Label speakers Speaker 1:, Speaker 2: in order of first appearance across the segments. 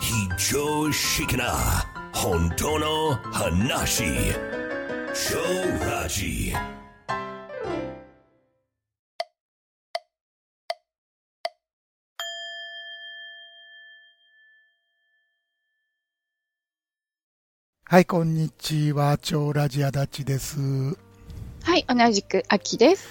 Speaker 1: 非常識な本当の話超ラジ
Speaker 2: はい、こんにちは。超ラジアダチです。
Speaker 3: はい、同じく秋です。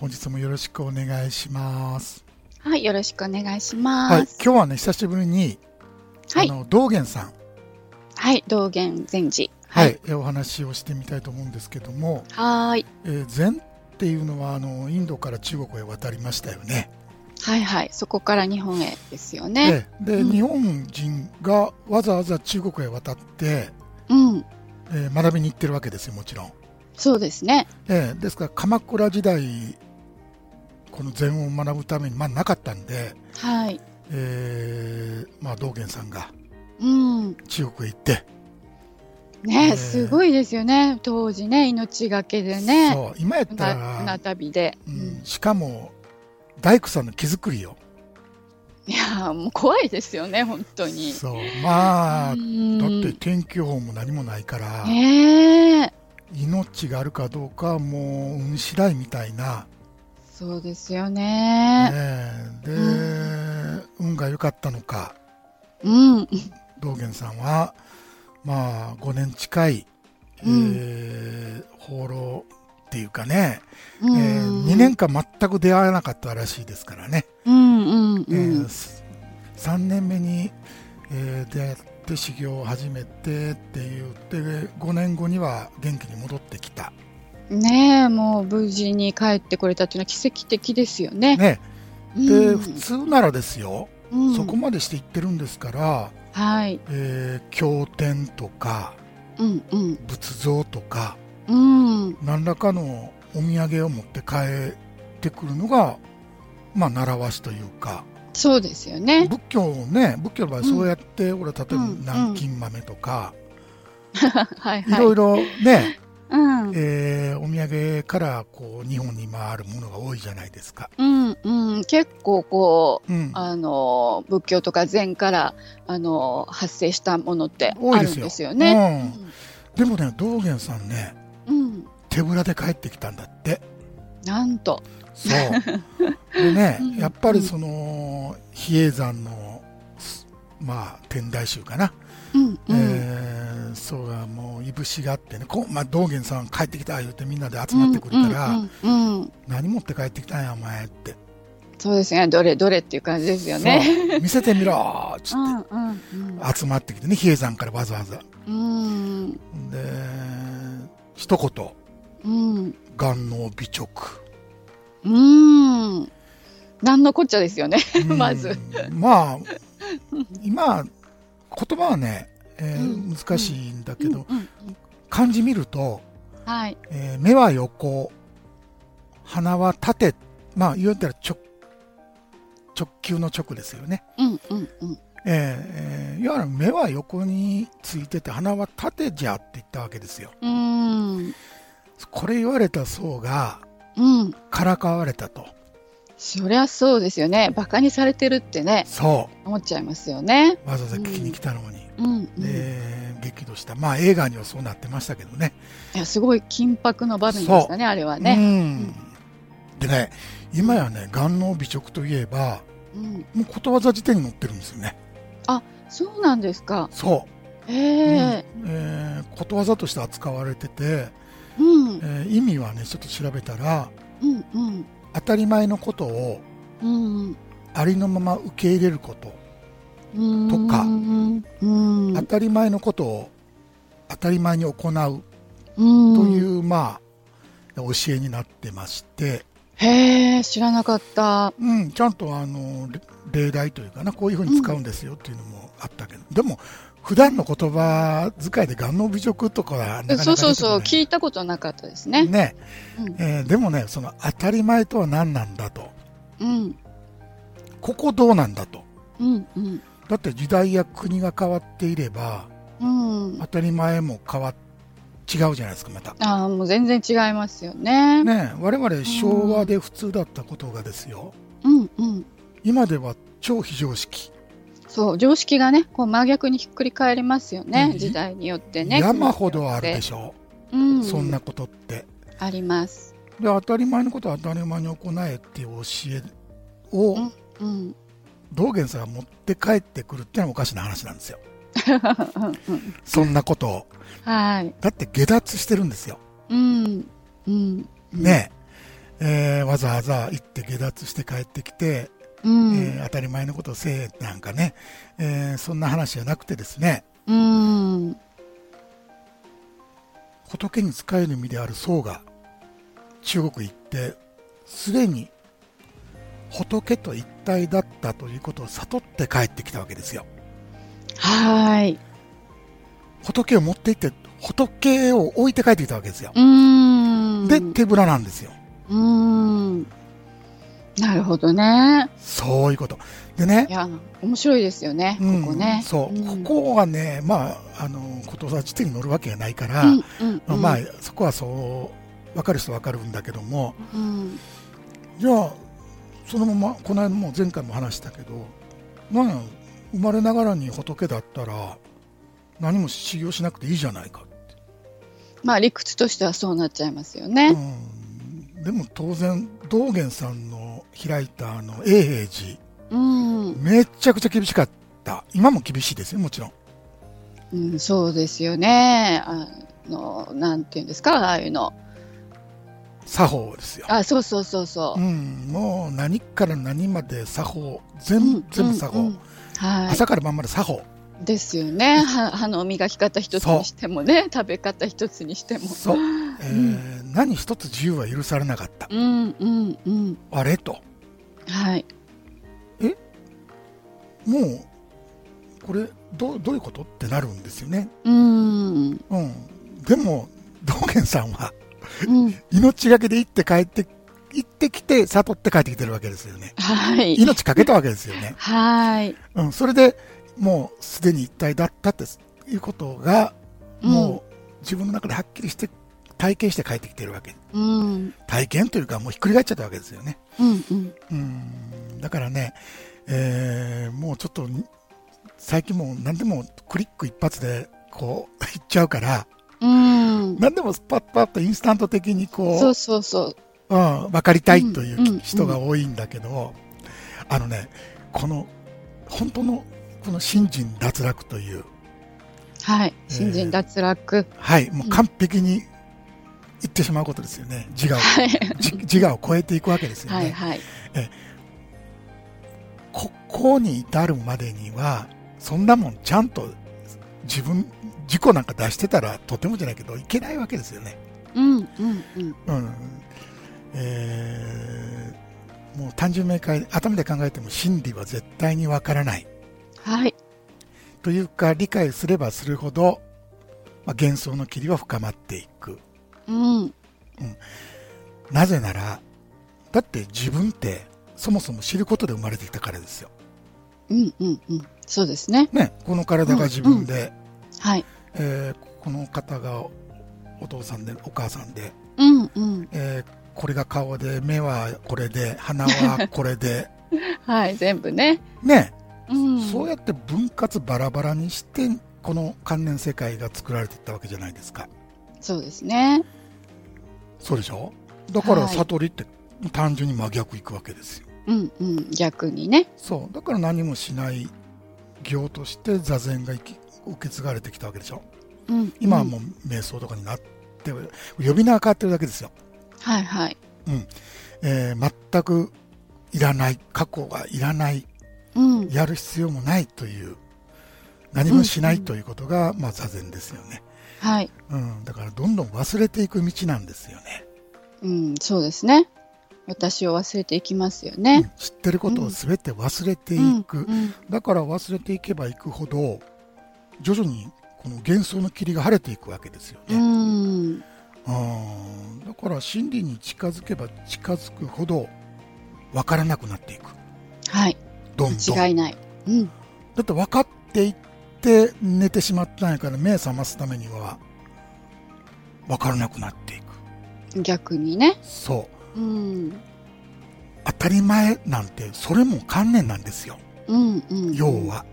Speaker 2: 本日もよろしくお願いします。
Speaker 3: はい、よろしくお願いし
Speaker 2: はい、
Speaker 3: ま
Speaker 2: 今
Speaker 3: す。
Speaker 2: 日はね、久しぶりに、
Speaker 3: はい、
Speaker 2: あ
Speaker 3: はい、
Speaker 2: の、道元さん、
Speaker 3: 道元禅師。
Speaker 2: は。い、えお話をしてみたいと思うんですけども、
Speaker 3: はーい、
Speaker 2: えー禅っていうのは、あの、インドから中国へ渡りましたよね。
Speaker 3: はい、はい、そこから日本へですよね。
Speaker 2: ええで、
Speaker 3: うん
Speaker 2: 日本人がわざわざ中国へ渡って、
Speaker 3: うん、
Speaker 2: えー学びに行ってるわけですよ、もちろん。
Speaker 3: そうですね。
Speaker 2: ええですから、鎌倉時代、この禅を学ぶために、まあ、なかったんで、
Speaker 3: はい、
Speaker 2: えーまあ、道元さんが
Speaker 3: うん、
Speaker 2: 中国へ行って、
Speaker 3: ね、
Speaker 2: え
Speaker 3: すごいですよね。当時ね、命がけでね、
Speaker 2: そう今やった
Speaker 3: 船
Speaker 2: ら
Speaker 3: 船、旅で。
Speaker 2: う
Speaker 3: うんん、
Speaker 2: しかも大工さんの木造りよ
Speaker 3: いやー、もう怖いですよね、本当に。
Speaker 2: そうまあ、
Speaker 3: うん
Speaker 2: だって天気予報も何もないから、
Speaker 3: ねえ、
Speaker 2: 命があるかどうかはもう運次第みたいな、
Speaker 3: そうですよね。
Speaker 2: ねえで、運が良かったのか
Speaker 3: うん、
Speaker 2: 道元さんはまあ5年近い、
Speaker 3: うん
Speaker 2: えー放浪っていうかね、
Speaker 3: うん、
Speaker 2: え2年間全く出会えなかったらしいですからね、
Speaker 3: うん、うん、うん、
Speaker 2: え3年目に、えー出会って修行を始めてって言って5年後には元気に戻ってきた、
Speaker 3: ねえもう無事に帰ってこれたっていうのは奇跡的ですよね。
Speaker 2: ね、
Speaker 3: うん
Speaker 2: で普通ならですよ、
Speaker 3: うん
Speaker 2: そこまでして行ってるんですから、
Speaker 3: はい、
Speaker 2: えー経典とか
Speaker 3: うんうん
Speaker 2: 仏像とか
Speaker 3: うん、
Speaker 2: 何らかのお土産を持って帰ってくるのが、まあ、習わしというか
Speaker 3: そうですよね。
Speaker 2: 仏教をね仏教の場合そうやって、俺例えば
Speaker 3: うん
Speaker 2: 南京豆とか、
Speaker 3: はい
Speaker 2: い
Speaker 3: はい。
Speaker 2: ろいろね
Speaker 3: うんうん
Speaker 2: えーお土産からこう日本に今あるものが多いじゃないですか。
Speaker 3: うん結構こう
Speaker 2: うん、
Speaker 3: あの仏教とか禅からあの発生したものって
Speaker 2: 多い
Speaker 3: あ
Speaker 2: で
Speaker 3: るん
Speaker 2: すよ
Speaker 3: ですよね。
Speaker 2: うんでもね道元さんね
Speaker 3: うん、うん
Speaker 2: 手ぶらで帰ってきたんだって
Speaker 3: なんと、
Speaker 2: そう でね
Speaker 3: うん
Speaker 2: やっぱりその比叡山のすまあ天台宗かな、
Speaker 3: うんうん
Speaker 2: えーそうがもういぶしがあってねこう、まあ、道元さん帰ってきた言うてみんなで集まってくるから、
Speaker 3: うんうんうんうん
Speaker 2: 何持って帰ってきたんやお前って
Speaker 3: そうですね。どれどれっていう感じですよね。
Speaker 2: そう見せてみろっつ
Speaker 3: う
Speaker 2: っ
Speaker 3: んうんうん
Speaker 2: て集まってきてね比叡山からわざわざ
Speaker 3: うん
Speaker 2: で一言
Speaker 3: うん。
Speaker 2: 「顔の美直
Speaker 3: うーん。なんのこっちゃですよね、」 まず。
Speaker 2: うんまあ今言葉はね、えー
Speaker 3: うん
Speaker 2: 難しいんだけど、
Speaker 3: うんうん
Speaker 2: 漢字見ると、
Speaker 3: はい。
Speaker 2: えー目は横鼻は縦まあ言うたら直直球の直ですよね、
Speaker 3: うんうんうん。
Speaker 2: えーえーいわゆる目は横についてて鼻は縦じゃって言ったわけですよ
Speaker 3: うーん。
Speaker 2: これ言われた層が
Speaker 3: うん。
Speaker 2: からかわれたと
Speaker 3: そりゃそうですよね。馬鹿にされてるってね、
Speaker 2: そ
Speaker 3: 思っちゃいますよね。
Speaker 2: うわざわざ聞きに来たのに、
Speaker 3: うん、うん。い
Speaker 2: で激怒した、まあ、映画にはそうなってましたけどね。
Speaker 3: や、すごい緊迫の場面でしたね、あれはね。
Speaker 2: うんでね、今やね、顔の美直といえば、
Speaker 3: うん。
Speaker 2: もうことわざ辞典に載ってるんですよね。
Speaker 3: そうなんですか。
Speaker 2: そう、
Speaker 3: へえ。
Speaker 2: うんえーことわざとして扱われてて、
Speaker 3: うん。
Speaker 2: えー意味はね、ちょっと調べたら、
Speaker 3: うんうん。
Speaker 2: 当たり前のことを
Speaker 3: うん。
Speaker 2: ありのまま受け入れること、
Speaker 3: うん。
Speaker 2: とか
Speaker 3: うん。うん。
Speaker 2: 当たり前のことを当たり前に行うと
Speaker 3: と。
Speaker 2: いうう、まあ、教えになってまして、
Speaker 3: へえ、知らなかった。
Speaker 2: うん、ちゃんとあのれ例題というかな、こういうふうに使うんですよっていうのもあったけど、でも、普段の言葉遣いで顔の美食とかはなかなか
Speaker 3: そうそうそう、
Speaker 2: 出て
Speaker 3: 聞いたことなかったです
Speaker 2: こない
Speaker 3: ね。
Speaker 2: ね、
Speaker 3: うん
Speaker 2: えーでもね、その当たり前とは何なんだと、
Speaker 3: うん。
Speaker 2: ここどうなんだと、
Speaker 3: うん。うん。
Speaker 2: だって時代や国が変わっていれば、
Speaker 3: うん、
Speaker 2: 当たり前も変わっ違うじゃないですか、また。
Speaker 3: ああもう全然違いますよね。
Speaker 2: ね、我々昭和で普通だったことがですよ、
Speaker 3: うんうん、
Speaker 2: 今では超非常識。
Speaker 3: そう常識がねこう真逆にひっくり返りますよね、
Speaker 2: うん
Speaker 3: 時代によってね
Speaker 2: 山ほどあるでしょ
Speaker 3: う、う
Speaker 2: う、
Speaker 3: ん、
Speaker 2: そんなことって
Speaker 3: あります、
Speaker 2: で当たり前のことは当たり前に行えっていう教えを
Speaker 3: うんうん、
Speaker 2: 道元さんが持って帰ってくるっていうのはおかしな話なんですよそんなことを
Speaker 3: はい
Speaker 2: だって下脱してるんですよ
Speaker 3: うんうん
Speaker 2: ねええーわざわざ行って下脱して帰ってきて、
Speaker 3: うん、
Speaker 2: えー当たり前のことをせいなんかね、えーそんな話じゃなくてですね
Speaker 3: うん
Speaker 2: 仏に仕える身である僧が中国へ行ってすでに仏と一体だったということを悟って帰ってきたわけですよ
Speaker 3: はい
Speaker 2: 仏を持って行って仏を置いて帰ってきたわけですよ
Speaker 3: うん
Speaker 2: で手ぶらなんですよ
Speaker 3: うんなるほどね
Speaker 2: そういうことでね
Speaker 3: いや面白いですよね、
Speaker 2: うん
Speaker 3: ここね
Speaker 2: そう、
Speaker 3: ん
Speaker 2: ここはね、まあ、あの、ことさ、地点に乗るわけがないから、
Speaker 3: うんうんうん
Speaker 2: まあ、そこはそう、わかる人はわかるんだけども、
Speaker 3: うん
Speaker 2: じゃあ、そのまま、この間も前回も話したけど、なんや生まれながらに仏だったら、何も修行しなくていいじゃないかっ
Speaker 3: まあ理屈としてはそうなっちゃいますよ
Speaker 2: て。
Speaker 3: ね。
Speaker 2: うん、でも当然、道元さんの開いたあの永平寺、
Speaker 3: うん、うん
Speaker 2: めっちゃくちゃ厳しかった。今も厳しいですよ、もちろん。
Speaker 3: そうですよね。あの、なんていうんですか、ああいうの。
Speaker 2: 作法ですよ。
Speaker 3: あ、そうそうそうそうう。
Speaker 2: ん、もう何から何まで作法全,、
Speaker 3: うん
Speaker 2: 全部作法、
Speaker 3: うんうんはい。
Speaker 2: 朝から晩まで作法
Speaker 3: ですよね。は歯の磨き方一つにしてもね、食べ方一つにしても。
Speaker 2: そう、えー何一つ自由は許されなかった、
Speaker 3: うんうんうん。
Speaker 2: あれと
Speaker 3: はい。
Speaker 2: もうこれどうどういうことってなるんですよね、
Speaker 3: うん。うん。
Speaker 2: うん、でも道元さんは命がけで行って帰って行ってきて悟って帰ってきてるわけですよね
Speaker 3: はい。
Speaker 2: 命かけたわけですよね、
Speaker 3: はい。
Speaker 2: うん、それでもうすでに一体だったっていうことがもう自分の中ではっきりして体験して帰ってきてるわけ
Speaker 3: うん。
Speaker 2: 体験というかもうひっくり返っちゃったわけですよね
Speaker 3: うんうん。
Speaker 2: うんだからね、えーもうちょっとに最近もう何でもクリック一発でこう いっちゃうから
Speaker 3: うん。
Speaker 2: 何でもスパッパッとインスタント的にこう
Speaker 3: そうそうそう。
Speaker 2: うん、分かりたいとい
Speaker 3: うんうん
Speaker 2: う人が多いんだけど、あのねこの本当のこの信心脱落という
Speaker 3: はい。新人脱落。
Speaker 2: はいもう完璧に言ってしまうことですよね自我を
Speaker 3: はい。
Speaker 2: じ自我を超えていくわけですよね。
Speaker 3: はいはい。
Speaker 2: ここに至るまでには、そんなもんちゃんと自分、事故なんか出してたらとてもじゃないけど、いけないわけですよね。
Speaker 3: うんうんうん。
Speaker 2: うん。えー、もう単純明快、頭で考えても真理は絶対にわからない。
Speaker 3: はい。
Speaker 2: というか、理解すればするほど、まあ、幻想の霧は深まっていく。
Speaker 3: うん。
Speaker 2: なぜなら、だって自分って、そもそも知ることで生まれてきたからですよ。
Speaker 3: うんうんうん。そうですね。
Speaker 2: ね、この体が自分で、
Speaker 3: はい。
Speaker 2: えーこの方がお父さんでお母さんで、
Speaker 3: うんうん。
Speaker 2: えーこれが顔で目はこれで鼻はこれ で
Speaker 3: はい。全部ね。
Speaker 2: ね、
Speaker 3: うん。
Speaker 2: そうやって分割バラバラにしてこの関連世界が作られていったわけじゃないですか
Speaker 3: そうですね。
Speaker 2: そうでしょだから
Speaker 3: はい
Speaker 2: 悟りって単純に真逆いくわけですよ
Speaker 3: うんうん。逆にね。
Speaker 2: そうだから何もしない行として座禅が生き受け継がれてきたわけでしょ
Speaker 3: うん。
Speaker 2: 今は
Speaker 3: うん
Speaker 2: もう瞑想とかになって呼び名が変わってるだけですよ
Speaker 3: はいはい。
Speaker 2: えー全くいらない過去がいらない
Speaker 3: うん。
Speaker 2: やる必要もないという何もしないということが、まあ、座禅ですよね、
Speaker 3: はい。
Speaker 2: うん、だからどんどん忘れていく道なんですよね、
Speaker 3: うん。そうですね。私を忘れていきますよ
Speaker 2: うん
Speaker 3: ね。
Speaker 2: 知ってることを全て忘れていく、
Speaker 3: うんうん
Speaker 2: だから忘れていけばいくほど徐々にこの幻想の霧が晴れていくわけですよ
Speaker 3: う
Speaker 2: ね、
Speaker 3: ん。
Speaker 2: うん、だから真理に近づけば近づくほど分からなくなっていく
Speaker 3: はい。
Speaker 2: どんどん
Speaker 3: 違いない。うん。
Speaker 2: だって分かっていって寝てしまったんやから目覚ますためには分からなくなっていく
Speaker 3: 逆にね。
Speaker 2: そう
Speaker 3: うん。
Speaker 2: 当たり前なんてそれも観念なんですよ
Speaker 3: うんうん。
Speaker 2: 要。は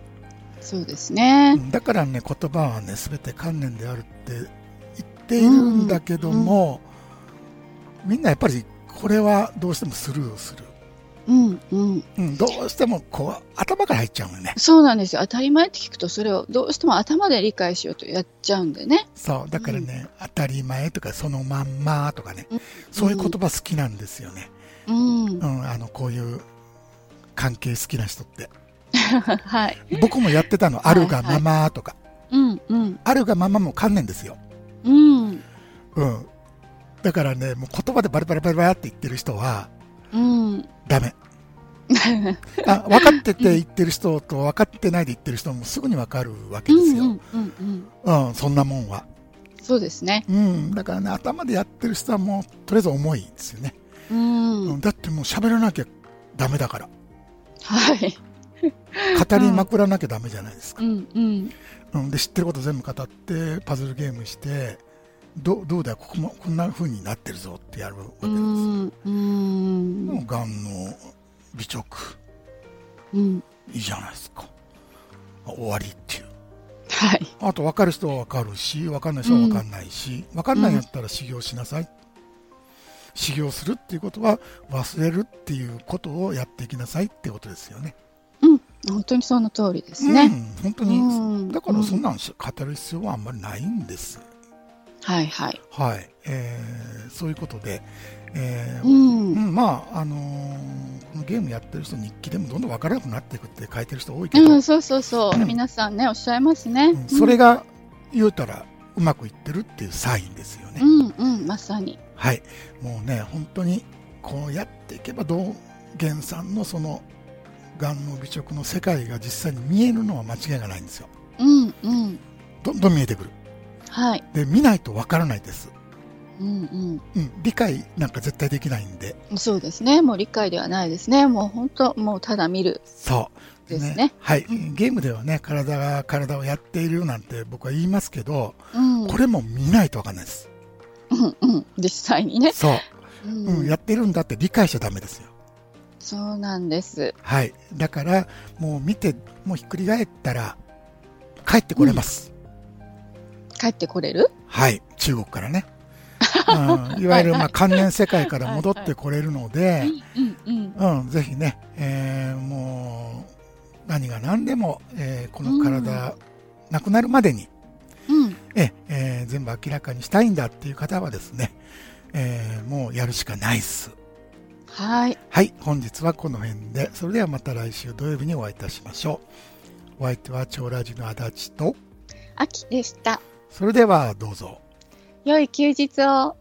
Speaker 3: そうですね。
Speaker 2: だからね言葉はね全て観念であるって言っているんだけども、みんなやっぱりこれはどうしてもスルーをする、
Speaker 3: うん、うん。
Speaker 2: うん、どうしてもこう頭から入っちゃうのよね
Speaker 3: そうなんですよ。当たり前って聞くと、それをどうしても頭で理解しようとやっちゃうんでね。
Speaker 2: そうだからね、当たり前とかそのまんまとかね、そういう言葉好きなんですよね、
Speaker 3: うん
Speaker 2: う。ん、あのこういう関係好きな人って
Speaker 3: はい。
Speaker 2: 僕もやってたのあるがままとか、
Speaker 3: うん、うん、
Speaker 2: あるがままも観念ですよ
Speaker 3: うん。
Speaker 2: うんだからねもう言葉でバラバラバラバラって言ってる人は
Speaker 3: うん。
Speaker 2: ダ メあ分かってて言ってる人と分かってないで言ってる人もすぐに分かるわけ
Speaker 3: う
Speaker 2: で
Speaker 3: ん
Speaker 2: すよ、う
Speaker 3: うんんうんうん
Speaker 2: そんなもんは、
Speaker 3: そうですね。
Speaker 2: うん、だからね頭でやってる人はもうとりあえず重いですよね、
Speaker 3: うん。
Speaker 2: うん、だってもう喋らなきゃダメだから
Speaker 3: はい。
Speaker 2: 語りまくらなきゃダメじゃないですか
Speaker 3: う、んうん。
Speaker 2: うん、で知ってること全部語ってパズルゲームしてどうどうだよここもこんな風になってるぞってやるわけですよ、
Speaker 3: うんうん。
Speaker 2: もうがんの美直
Speaker 3: うん。
Speaker 2: いいじゃないですかあ終わりっていう
Speaker 3: はい。
Speaker 2: あと分かる人は分かるし分かんない人は分かんないし、分かんないんやったら修行しなさい、修行するっていうことは忘れるっていうことをやっていきなさいってことですよね
Speaker 3: うん。本当にその通りです
Speaker 2: う
Speaker 3: ね。
Speaker 2: ん、本当
Speaker 3: う
Speaker 2: に
Speaker 3: ん
Speaker 2: だからそんなんし語る必要はあんまりないんです
Speaker 3: はいはい。
Speaker 2: はい、えーそういうことで、えー
Speaker 3: うん。
Speaker 2: うんまああのーこのゲームやってる人日記でもどんどん分からなくなっていくって書いてる人多いけど、
Speaker 3: うん、そうそうそう、
Speaker 2: うん
Speaker 3: 皆さんね、おっしゃいますね。
Speaker 2: うんそれが言うたらうまくいってるっていうサインですよね、
Speaker 3: うん、うん、うんまさに。
Speaker 2: はいもうね本当にこうやっていけば道元さんのその顔の美食の世界が実際に見えるのは間違いがないんですよ
Speaker 3: うん、うん、
Speaker 2: どんどん見えてくる
Speaker 3: はい。
Speaker 2: で見ないと分からないです、
Speaker 3: うん、
Speaker 2: うん、理解なんか絶対できないんで
Speaker 3: うん。そうですね。もう理解ではないですね。もう本当、もうただ見る。
Speaker 2: そう
Speaker 3: ですね
Speaker 2: はい、
Speaker 3: うん
Speaker 2: ゲームではね体が体をやっているなんて僕は言いますけど
Speaker 3: うん、
Speaker 2: これも見ないと分かんないです
Speaker 3: うん、うん、実際にね。
Speaker 2: そう、
Speaker 3: う
Speaker 2: うん、やってるんだって理解しちゃダメですよ
Speaker 3: そうなんです。
Speaker 2: はい。だから、もう見て、もうひっくり返ったら、帰ってこれます。
Speaker 3: 帰ってこれる。
Speaker 2: はい。中国からね。うん、いわゆる、まあ、関連世界から戻ってこれるので、
Speaker 3: うん、うん、
Speaker 2: うん、ぜひね、えーもう、何が何でも、えーこの体、なくなるまでに、
Speaker 3: うん、
Speaker 2: ええー全部明らかにしたいんだっていう方はですね、えーもうやるしかないっす。
Speaker 3: はい。
Speaker 2: はい、本日はこの辺で、それではまた来週土曜日にお会いいたしましょう。お相手は長ラジの足立と、
Speaker 3: 秋でした。
Speaker 2: それではどうぞ。
Speaker 3: 良い休日を。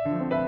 Speaker 2: う